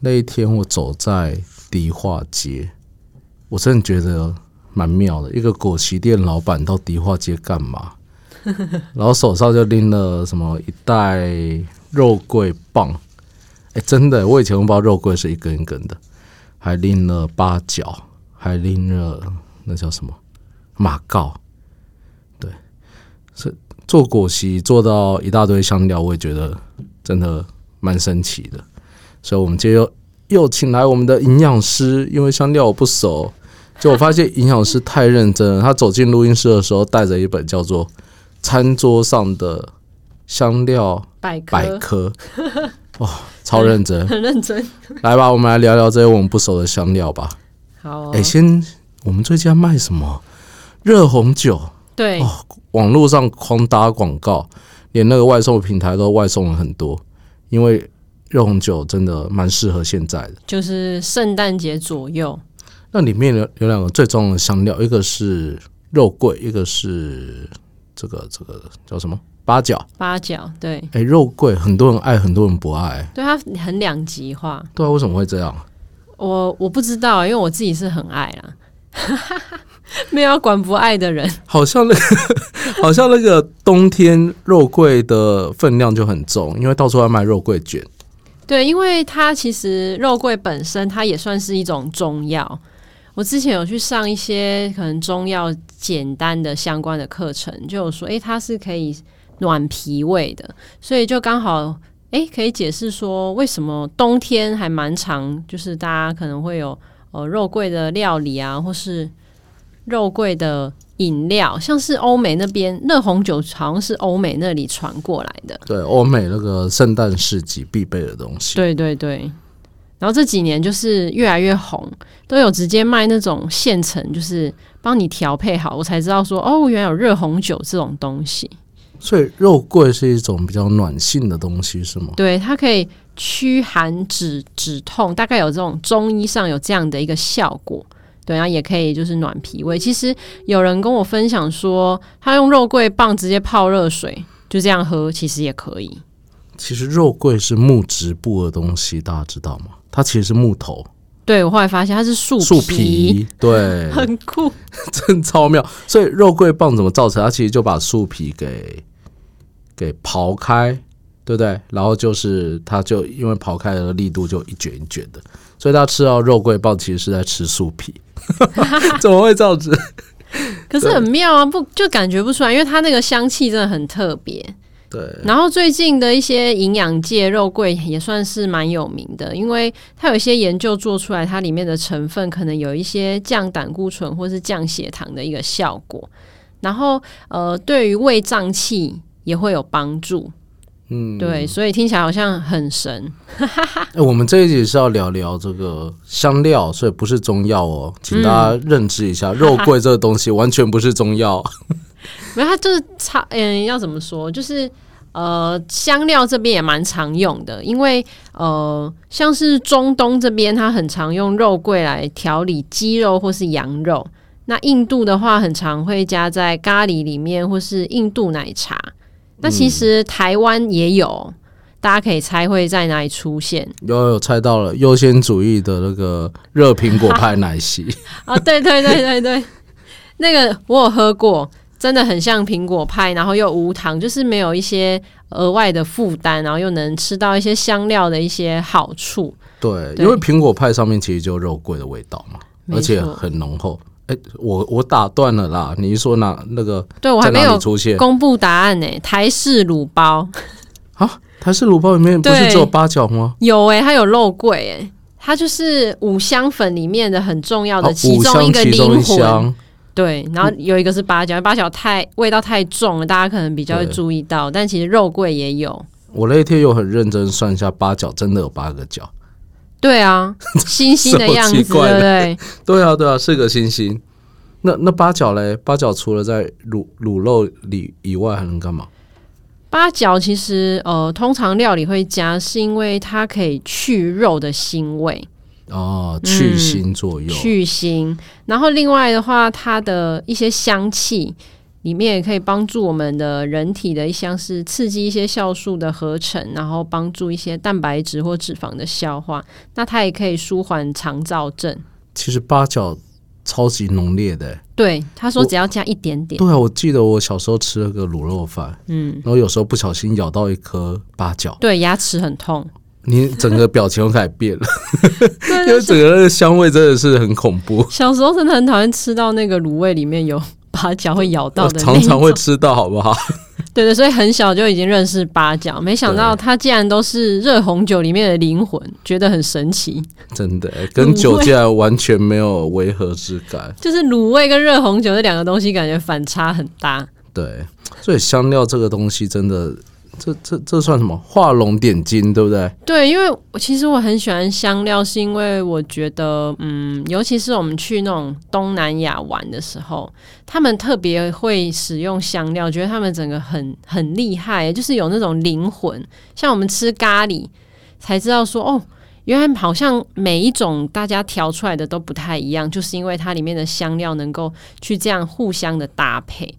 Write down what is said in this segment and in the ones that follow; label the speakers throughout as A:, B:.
A: 那一天我走在迪化街，我真的觉得蛮妙的。一个果皮店老板到迪化街干嘛？然后手上就拎了什么一袋肉桂棒，哎、真的，我以前不知道肉桂是一根一根的，还拎了八角，还拎了那叫什么马告，对，是做果昔做到一大堆香料，我也觉得真的蛮神奇的。所以我们今天又又请来我们的营养师，因为香料我不熟，就我发现营养师太认真了。他走进录音室的时候，带着一本叫做《餐桌上的香料
B: 百科
A: 百科》，哇、超认真。
B: 很认真。
A: 来吧，我们来聊聊这些我们不熟的香料吧。
B: 好、哦
A: 哎、先，我们最近在卖什么？热红酒，哦
B: 对、
A: 网络上狂打广告，连那个外送平台都外送了很多，因为热红酒真的蛮适合现在的。
B: 就是圣诞节左右，
A: 那里面有有两个最重要的香料，一个是肉桂，一个是这个这个叫什么八角。
B: 八角，对，
A: 哎、肉桂很多人爱，很多人不爱，
B: 对它很两极化。
A: 对啊，为什么会这样？
B: 我我不知道，因为我自己是很爱啦， 没有要管不爱的人。
A: 好像那个， 好像那个冬天肉桂的分量就很重，因为到处在卖肉桂卷。
B: 对，因为它其实肉桂本身它也算是一种中药。我之前有去上一些可能中药简单的相关的课程，就有说，诶、它是可以暖脾胃的，所以就刚好，诶、可以解释说为什么冬天还蛮长，就是大家可能会有呃肉桂的料理啊，或是肉桂的饮料，像是欧美那边热红酒好像是欧美那里传过来的。
A: 对，欧美那个圣诞市集必备的东西。
B: 对对对。然后这几年就是越来越红，都有直接卖那种现成，就是帮你调配好，我才知道说哦，原来有热红酒这种东西。
A: 所以肉桂是一种比较暖性的东西，是吗？
B: 对，它可以驱寒止止痛，大概有这种中医上有这样的一个效果。对，然后也可以就是暖脾胃。其实有人跟我分享说，他用肉桂棒直接泡热水，就这样喝，其实也可以。
A: 其实肉桂是木质部的东西，大家知道吗？它其实是木头
B: 对我后来发现它是树
A: 树皮， 对，
B: 很酷。
A: 真超妙。所以肉桂棒怎么造成？它其实就把树皮给给刨开，对不对？然后就是它就因为刨开的力度就一卷一卷的，所以大家吃到肉桂棒其实是在吃树皮。怎么会这样子？
B: 可是很妙啊，不就感觉不出来，因为它那个香气真的很特别。
A: 对，
B: 然后最近的一些营养界肉桂也算是蛮有名的，因为它有一些研究做出来，它里面的成分可能有一些降胆固醇或是降血糖的一个效果，然后呃，对于胃胀气也会有帮助。
A: 嗯，
B: 对，所以听起来好像很神。
A: 哎 我们这一集是要聊聊这个香料，所以不是中药哦，请大家认知一下，肉桂这个东西完全不是中药。
B: 没有，它就是常，嗯，要怎么说？就是呃，香料这边也蛮常用的，因为呃，像是中东这边，它很常用肉桂来调理鸡肉或是羊肉。那印度的话，很常会加在咖喱里面，或是印度奶茶。那其实台湾也有，大家可以猜会在哪里出现
A: 有有猜到了，优先主义的那个热苹果派奶昔，
B: 啊？对对对对对，那个我有喝过，真的很像苹果派，然后又无糖，就是没有一些额外的负担，然后又能吃到一些香料的一些好处。
A: 对，
B: 对
A: 因为苹果派上面其实就有肉桂的味道嘛，而
B: 没
A: 且
B: 错，
A: 很浓厚。哎、我我打断了啦，你一说哪那个
B: 对我
A: 在
B: 还没
A: 哪里
B: 有
A: 出现？
B: 公布答案呢、台式卤包
A: 啊台式卤包里面不是
B: 对
A: 只有八角吗？
B: 有诶、它有肉桂诶、它就是五香粉里面的很重要
A: 哦
B: 的
A: 五
B: 中一
A: 香
B: 个
A: 其中
B: 灵
A: 一
B: 魂，
A: 香，
B: 对，然后有一个是八角，八角太味道太重了，大家可能比较会
A: 对
B: 注意到，但其实肉桂也有，
A: 我那天有很认真算一下，八角真的有八个角。
B: 对 啊，星星的
A: 什么
B: 样
A: 奇
B: 子，
A: 怪
B: 对
A: 的
B: 不对？
A: 对啊，对啊，是个星星。那那八角嘞？八角除了在卤卤肉里以外，还能干嘛？
B: 八角其实呃，通常料理会加，是因为它可以去肉的腥味、
A: 哦，去
B: 嗯
A: 腥作用。
B: 去腥。然后另外的话，它的一些香气里面也可以帮助我们的人体的一项是刺激一些酵素的合成，然后帮助一些蛋白质或脂肪的消化。那它也可以舒缓肠燥症。
A: 其实八角超级浓烈的、欸
B: 对，他说
A: 我
B: 只要加一点点，
A: 对啊，我记得我小时候吃了个卤肉饭，嗯，然后有时候不小心咬到一颗八角，
B: 对牙齿很 痛。
A: 你整个表情都改 变了，
B: 对，
A: 因
B: 就
A: 为
B: 是
A: 整个那个香味真的是很恐怖。
B: 小时候真的很讨厌吃到那个卤味里面有八角会咬到
A: 我
B: 的那
A: 常
B: 一
A: 常会
B: 种
A: 吃到，好不好？
B: 对对，所以很小就已经认识八角，没想到它竟然都是热红酒里面的灵魂，觉得很神奇。
A: 真的、跟酒竟然完全没有违和之感。
B: 就是卤味跟热红酒这两个东西感觉反差很大。
A: 对，所以香料这个东西真的，这这这算什么？画龙点睛，对不对？
B: 对，因为我其实我很喜欢香料，是因为我觉得，嗯，尤其是我们去那种东南亚玩的时候，他们特别会使用香料，觉得他们整个很很厉害，就是有那种灵魂。像我们吃咖喱，才知道说，哦，原来好像每一种大家调出来的都不太一样，就是因为它里面的香料能够去这样互相的搭配。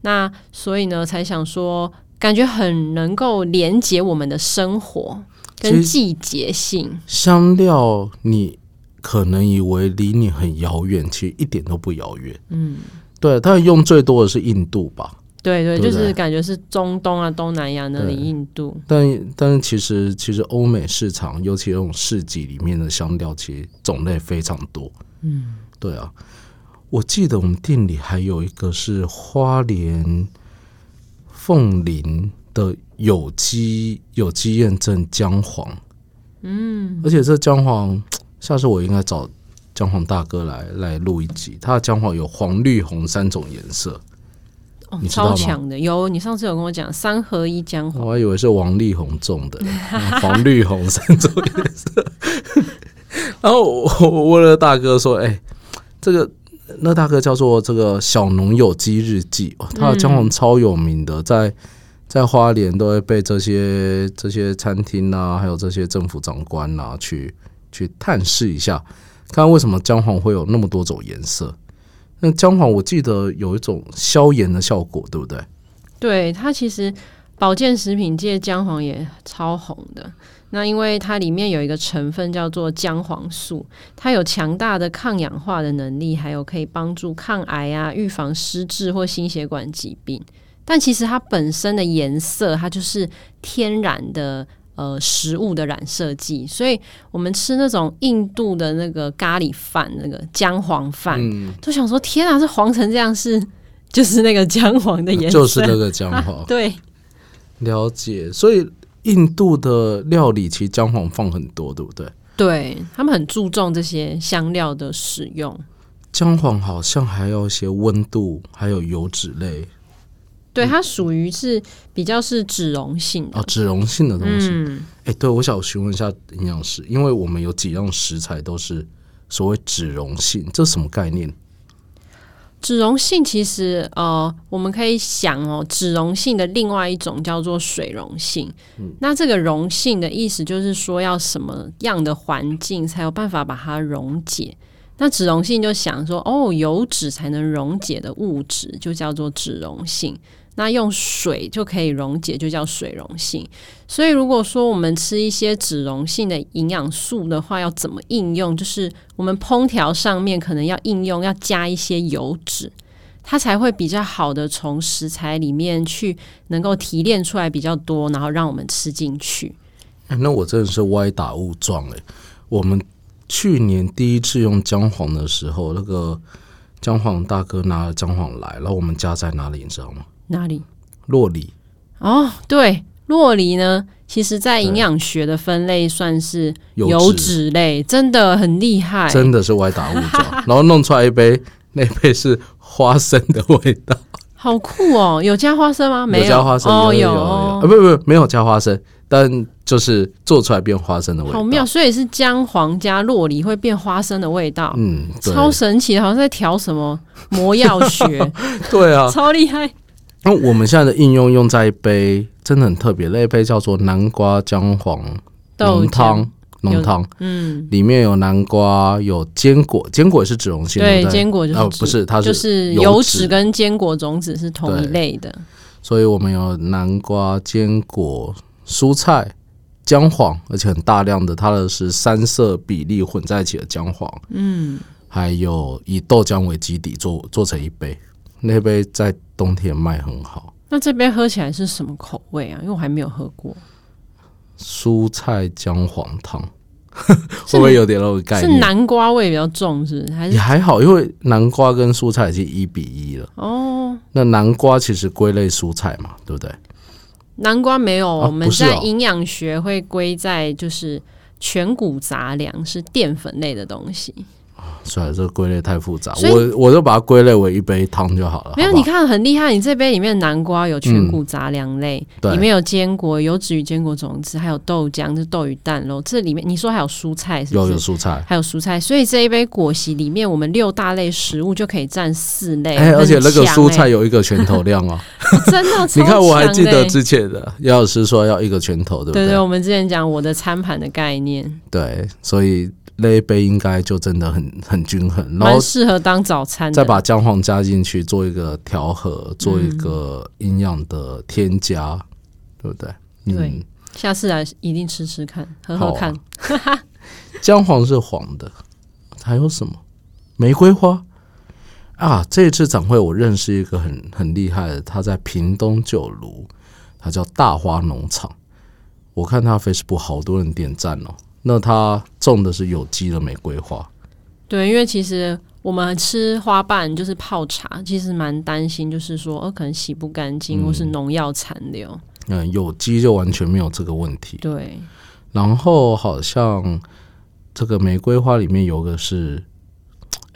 B: 那所以呢，才想说，感觉很能够连接我们的生活跟
A: 其实
B: 季节性。
A: 香料你可能以为离你很遥远，其实一点都不遥远。嗯，对，但用最多的是印度吧。
B: 对对，
A: 对
B: 就
A: 不对
B: 是感觉是中东啊、东南亚那里、
A: 对
B: 印度。
A: 但但是其实其实欧美市场，尤其那种市集里面的香料，其实种类非常多。嗯，对啊，我记得我们店里还有一个是花莲凤林的有机有机验证姜黄。嗯，而且这姜黄，下次我应该找姜黄大哥来来录一集。他的姜黄有黄、绿、红三种颜色，
B: 哦
A: 你，知道
B: 超
A: 吗
B: 强的！有你上次有跟我讲三合一姜黄，
A: 哦我还以为是王力宏种的， 嗯黄绿红三种颜色。 然后我我问了大哥说：“哎、这个那大哥叫做这个小农有机日记，哦、他的姜
B: 嗯
A: 黄超有名的，在在花莲都会被这些这些餐厅啊，还有这些政府长官啊去去探视一下，看为什么姜黄会有那么多种颜色。”那姜黄，我记得有一种消炎的效果，对不对？
B: 对它其实保健食品界姜黄也超红的。那因为它里面有一个成分叫做姜黄素，它有强大的抗氧化的能力，还有可以帮助抗癌啊、预防失智或心血管疾病。但其实它本身的颜色，它就是天然的呃食物的染色剂，所以我们吃那种印度的那个咖喱饭，那个姜黄饭，
A: 嗯，
B: 都想说天啊，这黄成这样是就是那个姜黄的颜色，
A: 就是那个姜黄。
B: 对
A: 了解，所以印度的料理其实姜黄放很多，对不对？
B: 对，他们很注重这些香料的使用。
A: 姜黄好像还有一些温度，还有油脂类
B: 对，它属于是比较是脂溶性的，
A: 啊，脂溶性的东西。哎、
B: 嗯，
A: 对，我想询问一下营养师，因为我们有几样食材都是所谓脂溶性，这什么概念？
B: 脂溶性其实呃，我们可以想哦，脂溶性的另外一种叫做水溶性。那这个溶性的意思就是说，要什么样的环境才有办法把它溶解？那脂溶性就想说，哦，有脂才能溶解的物质就叫做脂溶性。那用水就可以溶解，就叫水溶性。所以如果说我们吃一些脂溶性的营养素的话，要怎么应用？就是我们烹调上面可能要应用要加一些油脂，它才会比较好的从食材里面去能够提炼出来比较多，然后让我们吃进去。
A: 哎那我真的是歪打误撞哎、我们去年第一次用姜黄的时候，那个姜黄大哥拿了姜黄来，然后我们家在哪里，你知道吗？
B: 哪里？
A: 洛里。
B: 哦，对，洛梨呢，其实在营养学的分类算是
A: 油
B: 油
A: 脂
B: 脂类，真的很厉害。
A: 真的是歪打误撞， 然后弄出来一杯，那杯是花生的味道，
B: 好酷哦！有加花生 吗？没
A: 加花生
B: 哦，
A: 有有有啊，
B: 哦
A: 不不没有加花生，但就是做出来变花生的味道，
B: 好妙，所以是姜黄加洛梨会变花生的味道，
A: 嗯，对
B: 超神奇的，好像在调什么魔药 学，
A: 对啊。
B: 超厉害。
A: 那我们现在的应用用在一杯真的很特别，那一杯叫做南瓜姜黄浓
B: 豆浆
A: 汤，浓汤，
B: 嗯，
A: 里面有南瓜，有坚果，坚果也是脂溶性，
B: 对
A: 不，
B: 坚果就是
A: 哦
B: 指
A: 不是它是
B: 就是
A: 油
B: 油
A: 脂
B: 脂跟坚果种子是同一
A: 对
B: 类的，
A: 所以我们有南瓜、坚果、蔬菜、姜黄，而且很大量的，它的是三色比例混在一起的姜黄。嗯，还有以豆浆为基底做做成一杯，那杯在冬天卖很好。
B: 那这边喝起来是什么口味啊？因为我还没有喝过，
A: 蔬菜姜黄汤 会不会有点那种概
B: 是
A: 念？
B: 南瓜味比较重，是不是？还
A: 也
B: 是
A: 还好，因为南瓜跟蔬菜已经一比一了。
B: 哦，
A: 那南瓜其实归类蔬菜嘛，对不对？
B: 南瓜没有，
A: 啊
B: 我们
A: 不是哦
B: 在营养学会归在就是全谷杂粮是淀粉类的东西。
A: 算了，这个归类太复杂，
B: 所以
A: 我我就把它归类为一杯汤就好了。
B: 没有，
A: 好不好
B: 你看很厉害，你这杯里面的南瓜有全谷杂粮类，
A: 嗯对
B: 里面有坚果、油脂与坚果种子，还有豆浆，就是豆与蛋喽。这里面你说还有蔬菜是不
A: 有
B: 是？
A: 有蔬菜，
B: 还有蔬菜，所以这一杯果昔里面，我们六大类食物就可以占四类。
A: 哎、
B: 很
A: 而且那个
B: 强
A: 蔬菜
B: 哎
A: 有一个拳头量 哦。
B: 真的
A: 你看，
B: 超
A: 我还
B: 强
A: 记
B: 的
A: 得
B: 哎
A: 之前的姚老师说要一个拳头，对不
B: 对哦
A: 对？
B: 对，我们之前讲我的餐盘的概念，
A: 对所以那一杯应该就真的很很均衡，然后
B: 蛮适合当早餐的。
A: 再把姜黄加进去做一个调和，做
B: 嗯
A: 一个营养的添加，对不对？嗯
B: 对下次来一定吃吃看，喝
A: 好
B: 喝
A: 啊
B: 看。
A: 姜黄是黄的，还有什么？玫瑰花啊！这一次展会我认识一个很很厉害的，他在屏东九如，他叫大花农场。我看他 Facebook 好多人点赞哦。那他种的是有机的玫瑰花，
B: 对，因为其实我们吃花瓣就是泡茶，其实蛮担心，就是说呃可能洗不干净、或是农药残留。
A: 嗯，有机就完全没有这个问题。
B: 对，
A: 然后好像这个玫瑰花里面有个是，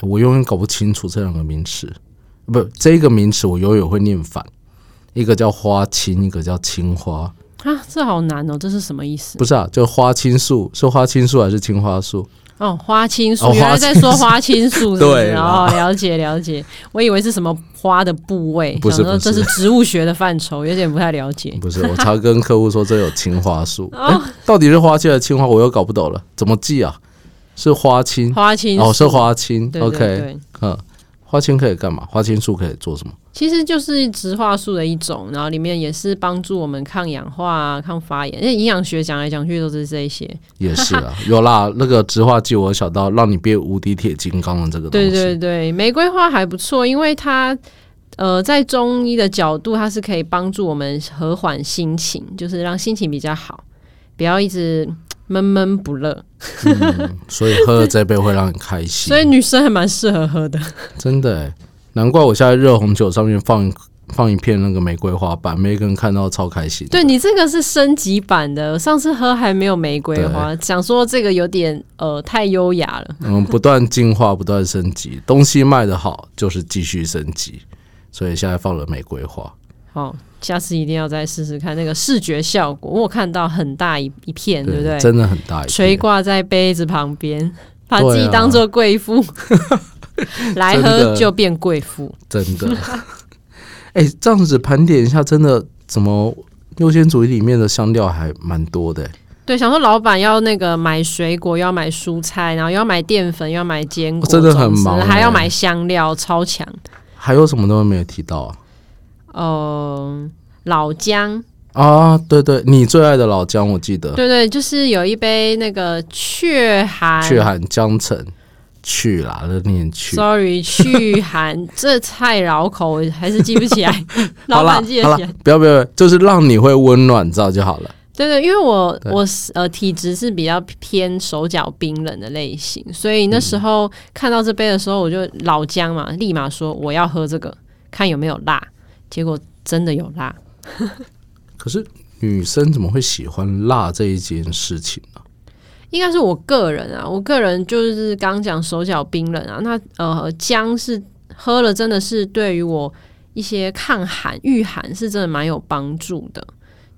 A: 我永远搞不清楚这两个名词，不，这个名词我永远会念反，一个叫花青，一个叫青花，
B: 啊，这好难哦，这是什么意思？
A: 不是啊，就花青素是花青素还是青花素？
B: 哦，花青素，
A: 哦
B: 原
A: 花
B: 来在说花青素，是不 是？
A: 对啊
B: 哦，了解了解，我以为是什么花的部位，
A: 不是
B: 想说
A: 不
B: 这
A: 是
B: 是植物学的范畴，有点不太了解。
A: 不是，我常跟客户说这有青花素，
B: 哦
A: 诶到底是花青还是青花，我又搞不懂了，怎么记啊？是花青，
B: 花青素
A: 哦，是，花青
B: 对对
A: ，OK，
B: 对
A: 嗯，花青可以干嘛？花青素可以做什么？
B: 其实就是植化素的一种，然后里面也是帮助我们抗氧化、啊、抗发炎。因为营养学讲来讲去都是这一些。
A: 也是啊， 有啦，那个植化剂我有想到让你变无敌铁金刚的这个东
B: 对
A: 西，
B: 对对，玫瑰花还不错，因为它呃在中医的角度，它是可以帮助我们和缓心情，就是让心情比较好，不要一直闷闷不
A: 嗯
B: 乐。
A: 所以喝了这杯会让你开心。
B: 所以女生还蛮适合 喝的。
A: 真的、欸，难怪我现在热红酒上面放放一片那个玫瑰花瓣，每个人看到超开心。
B: 对你这个是升级版的，上次喝还没有玫瑰花，想说这个有点呃太优雅了。
A: 嗯，不断进化，不断升级，东西卖得好就是继续升级。所以现在放了玫瑰花，
B: 好，下次一定要再试试看那个视觉效果。我有看到很大一一片，对不对？
A: 真的很大一片
B: 垂挂在杯子旁边，把
A: 对啊
B: 自己当做 贵妇，来
A: 真
B: 喝
A: 的
B: 就变贵妇。
A: 真的。 哎、这样子盘点一下，真的怎么优先主义里面的香料还蛮多的欸、
B: 对，想说老板要那个买水果，要买蔬菜，然后要买淀粉，要买坚果，
A: 真的很
B: 种子
A: 忙欸
B: 还要买香料，超强。
A: 还有什么东西没有提到啊？
B: 呃，老姜，
A: 啊，对对，你最爱的老姜，我记得
B: 对对，就是有一杯那个雀寒，
A: 去喊江城去啦，那念去。
B: Sorry，去寒，这太绕口，我还是记不起来。
A: 好
B: 老
A: 啦
B: 板记，
A: 好
B: 得起
A: 啦
B: 来。，
A: 不要不要，不要就是让你会温暖，知道就好了。
B: 对对，因为我
A: 对
B: 我是呃体质是比较偏手脚冰冷的类型，所以那时候看到这杯的时候，我就老姜嘛，立马说我要喝这个，看有没有辣。结果真的有辣，
A: 可是女生怎么会喜欢辣这一件事情呢、
B: 应该是我个人啊，我个人就是刚讲手脚冰冷啊，那呃姜是喝了真的是对于我一些抗寒御寒是真的蛮有帮助的，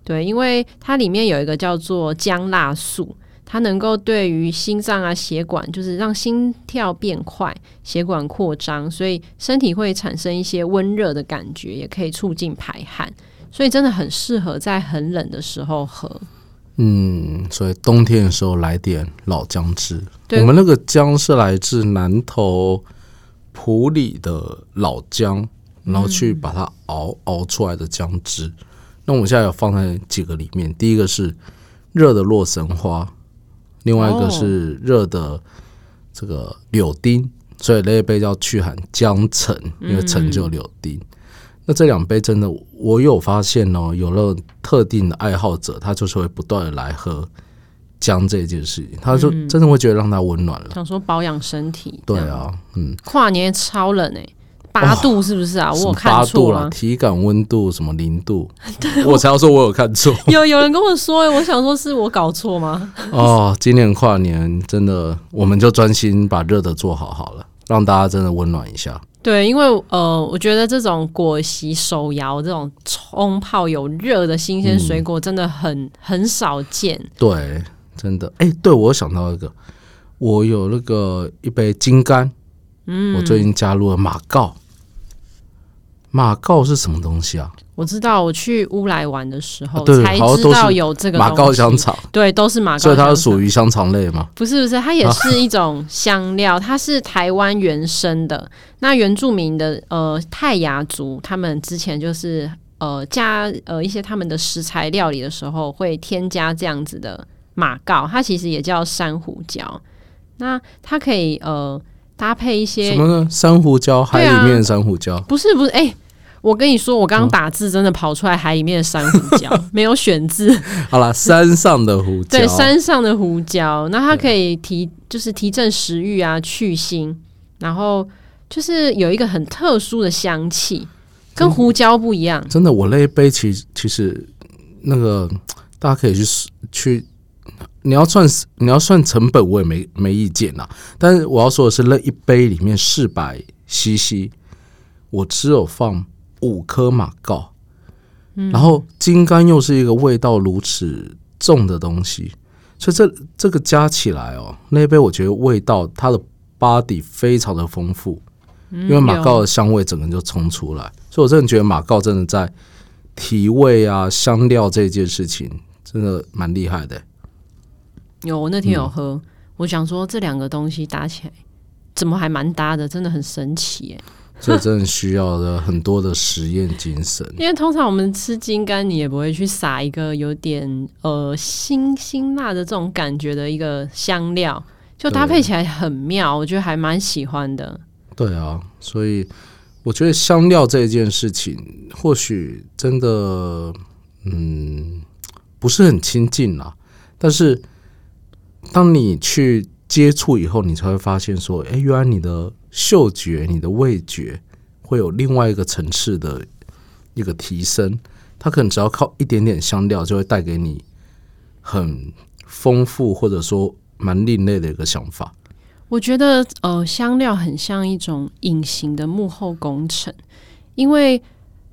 B: 对，因为它里面有一个叫做姜辣素，它能够对于心脏啊血管就是让心跳变快，血管扩张，所以身体会产生一些温热的感觉，也可以促进排汗，所以真的很适合在很冷的时候喝。
A: 嗯，所以冬天的时候来点老姜汁。
B: 对
A: 我们那个姜是来自南投埔里的老姜，然后去把它熬熬出来的姜汁。那我们现在有放在几个里面，第一个是热的洛神花，另外一个
B: 哦
A: 是热的这个柳丁，所以那一杯叫去寒姜橙，因为橙就有柳丁。那这两杯真的，我有发现哦，有了特定的爱好者，他就是会不断的来喝姜这件事情，他就
B: 嗯
A: 真的会觉得让他温暖了。
B: 想说保养身体。
A: 对
B: 这样，
A: 啊，嗯，
B: 跨年超冷哎、八度是不是啊？我
A: 什
B: 有
A: 么
B: 看
A: 八
B: 错
A: 度
B: 吗
A: 啦，？体感温度什么零 度，我才要说我有看错
B: 有有人跟我说、欸，我想说是我搞错吗？
A: 哦。今年跨年真的，我们就专心把热的做好好了，让大家真的温暖一下。
B: 对，因为呃，我觉得这种果昔手摇、这种冲泡有热的新鲜水果，真的很、很少见。
A: 对，真的，哎、对我想到一个，我有那个一杯金柑，嗯，我最近加入了马告。马告是什么东西啊？
B: 我知道我去乌来玩的时候、
A: 啊对
B: 才
A: 好像
B: 知
A: 都是
B: 道有这个
A: 马告
B: 东西
A: 香，肠，
B: 对，都是马告
A: 所以它
B: 香
A: 是属
B: 肠
A: 于香肠类嘛？
B: 不是不是，它也
A: 啊
B: 是一种香料，它是台湾原生的。那原住民的呃泰雅族，他们之前就是呃加呃一些他们的食材料理的时候，会添加这样子的马告，它其实也叫珊瑚礁。那它可以呃搭配一些
A: 什么呢？珊瑚礁，海里面的珊瑚礁。
B: 不是不是，哎、我跟你说，我刚刚打字真的跑出来海里面的珊瑚 礁，没有选字。
A: 好啦，山上的胡椒。
B: 对，山上的胡椒，那它可以提就是提振食欲啊，去腥，然后就是有一个很特殊的香气，跟胡椒不一样。
A: 真的，我那一杯其实其实那个大家可以去去，你要算你要算成本，我也没没意见啦。但是我要说的是，那一杯里面四百 CC，我只有放五颗马告，然后金柑又是一个味道如此重的东西，所以这这个加起来哦，那一杯我觉得味道它的 body 非常的丰富。
B: 因
A: 因为马告的香味整个就冲出来，所以我真的觉得马告真的在提味啊、香料这件事情真的蛮厉害的、
B: 有我那天有喝，嗯我想说这两个东西搭起来怎么还蛮搭的，真的很神奇耶。
A: 所以真的需要的很多的实验精神。
B: 因为通常我们吃金柑，你也不会去撒一个有点呃辛辛辣的这种感觉的一个香料，就搭配起来很妙，我觉得还蛮喜欢的。
A: 对啊，所以我觉得香料这件事情，或许真的，嗯，不是很亲近啦。但是，当你去接触以后，你才会发现说，哎，原来你的嗅觉、你的味觉会有另外一个层次的一个提升。它可能只要靠一点点香料，就会带给你很丰富，或者说蛮另类的一个想法。
B: 我觉得呃，香料很像一种隐形的幕后工程，因为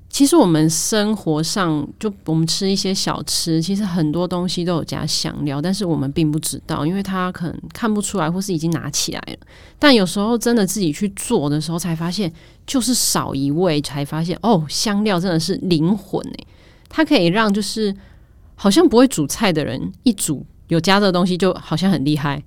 B: 其实我们生活上就我们吃一些小吃，其实很多东西都有加香料，但是我们并不知道，因为它可能看不出来，或是已经拿起来了。但有时候真的自己去做的时候，才发现就是少一味，才发现哦，香料真的是灵魂诶，它可以让就是好像不会煮菜的人一煮有加这个东西，就好像很厉害。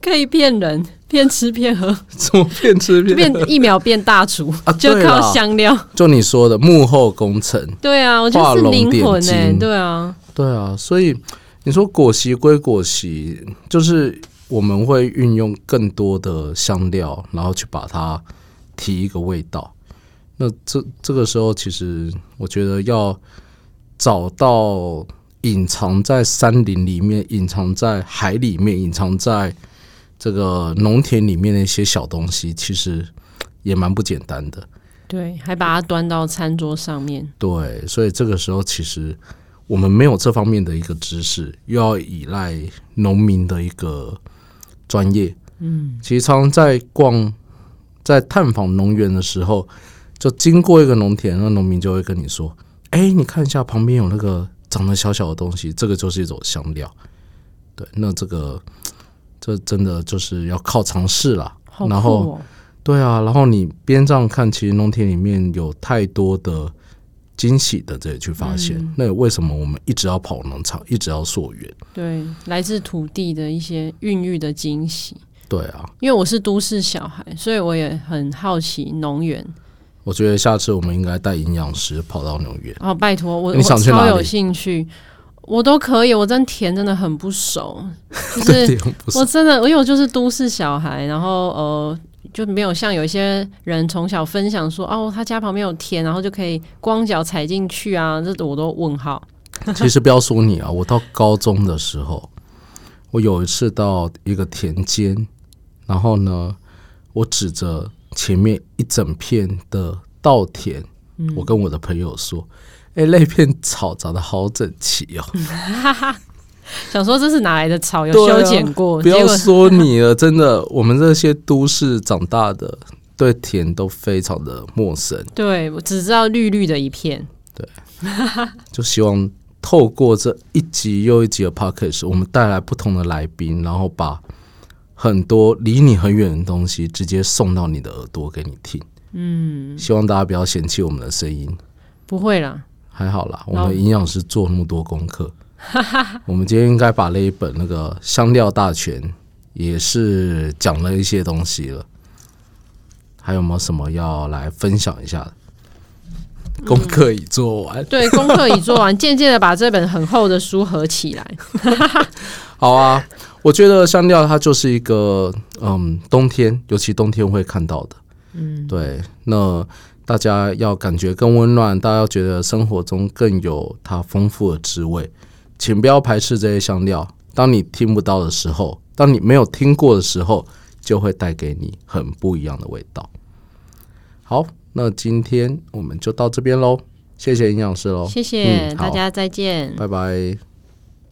B: 可以骗 人，骗吃骗喝，
A: 怎么变吃变
B: 变一秒变大厨，
A: 啊
B: 就
A: 对
B: 靠
A: 啦
B: 香 料。
A: 就你说的幕后工程，
B: 对啊，我觉
A: 画
B: 得是
A: 龙
B: 灵
A: 点
B: 魂哎、
A: 睛
B: 对啊，
A: 对啊，所以你说果昔归果昔，就是我们会运用更多的香料，然后去把它提一个味道。那这这个时候，其实我觉得要找到隐藏在山林里面、隐藏在海里面、隐藏在这个农田里面的一些小东西，其实也蛮不简单的。
B: 对，还把它端到餐桌上面。
A: 对，所以这个时候其实我们没有这方面的一个知识，又要依赖农民的一个专业。嗯，其实常常在逛、在探访农园的时候，就经过一个农田，那农民就会跟你说：“哎，你看一下旁边有那个长得小小的东西，这个就是一种香料。”对，那这个这真的就是要靠尝试啦。
B: 好酷
A: 然后
B: 哦！
A: 对啊，然后你边这样看，其实农田里面有太多的惊喜的这里去发现。那为什么我们一直要跑农场，一直要溯源？
B: 对，来自土地的一些孕育的惊喜。
A: 对啊，
B: 因为我是都市小孩，所以我也很好奇农园。
A: 我觉得下次我们应该带营养师跑到纽约。
B: 哦，拜托我，
A: 你想
B: 我
A: 去哪
B: 超
A: 里
B: 有兴趣，我都可以。我真田真的很不熟，就
A: 这
B: 是
A: 点不
B: 我
A: 是
B: 真的，因为我就是都市小孩，然后呃。就没有像有一些人从小分享说，哦，他家旁边有田，然后就可以光脚踩进去啊，这我都问号。
A: 其实不要说你啊，我到高中的时候，我有一次到一个田间，然后呢，我指着前面一整片的稻田，我跟我的朋友说：“哎、那片草长得好整齐哦。”
B: 想说这是哪来的草，有
A: 对啊
B: 修剪过，
A: 不
B: 哦结
A: 要
B: 果
A: 说你了，真的，我们这些都市长大的对田都非常的陌生，
B: 对我只知道绿绿的一片。
A: 就希望透过这一集又一集的 p o c a s t 我们带来不同的来宾，然后把很多离你很远的东西直接送到你的耳朵给你听。嗯，希望大家不要嫌弃我们的声音，
B: 不 会啦，
A: 还好啦，我
B: 然后
A: 们营养师做那么多功课， 我们今天应该把那一本那个香料大全也是讲了一些东西了。还有没有什么要来分享一下的？功课已做完，
B: 对，功课已做完，渐渐的把这本很厚的书合起来。
A: 好啊。我觉得香料它就是一个，嗯，冬天，尤其冬天会看到的，嗯，对。那大家要感觉更温暖，大家要觉得生活中更有它丰富的滋味，请不要排斥这些香料。当你听不到的时候，当你没有听过的时候，就会带给你很不一样的味道。好，那今天我们就到这边喽，谢谢营养师喽，
B: 谢谢、
A: 嗯好
B: 大家，再见。
A: 拜拜。